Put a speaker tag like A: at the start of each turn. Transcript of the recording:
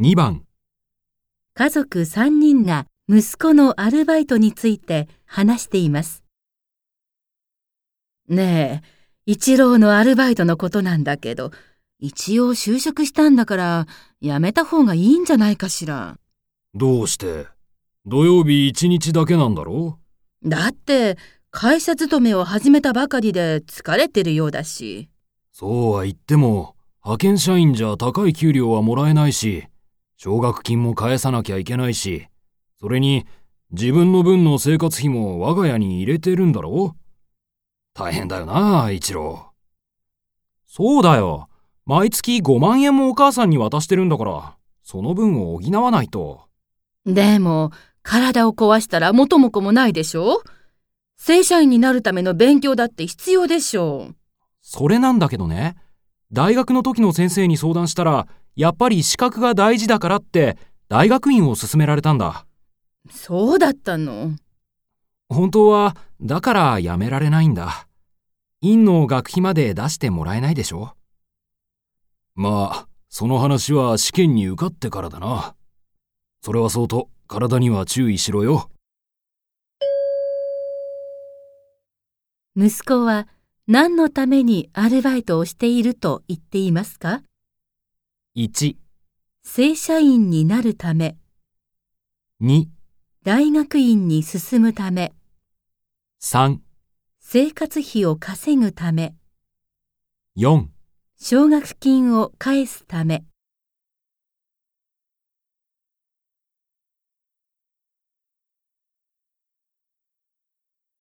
A: 2番、
B: 家族3人が息子のアルバイトについて話しています。ねえ、一郎のアルバイトのことなんだけど、一応就職したんだから、やめた方がいいんじゃないかしら。
A: どうして土曜日1日だけなんだろ
B: だって、会社勤めを始めたばかりで疲れてるようだし。
A: うそうは言っても、派遣社員じゃ高い給料はもらえないし、奨学金も返さなきゃいけないし、それに自分の分の生活費も我が家に入れてるんだろう大変だよな、一郎。そうだよ。毎月5万円もお母さんに渡してるんだから、その分を補わないと。
B: でも、体を壊したら元も子もないでしょ正社員になるための勉強だって必要でしょう。
A: それなんだけどね大学の時の先生に相談したらやっぱり資格が大事だからって大学院を勧められたんだ
B: そうだったの。
A: 本当はだからやめられないんだ院の学費まで出してもらえないでしょまあその話は試験に受かってからだなそれはそうと体には注意しろよ
B: 息子は何のためにアルバイトをしていると言っていますか
A: 1、
B: 正社員になるため、
A: 2、
B: 大学院に進むため、
A: 3、
B: 生活費を稼ぐため、
A: 4
B: 奨学金を返すため。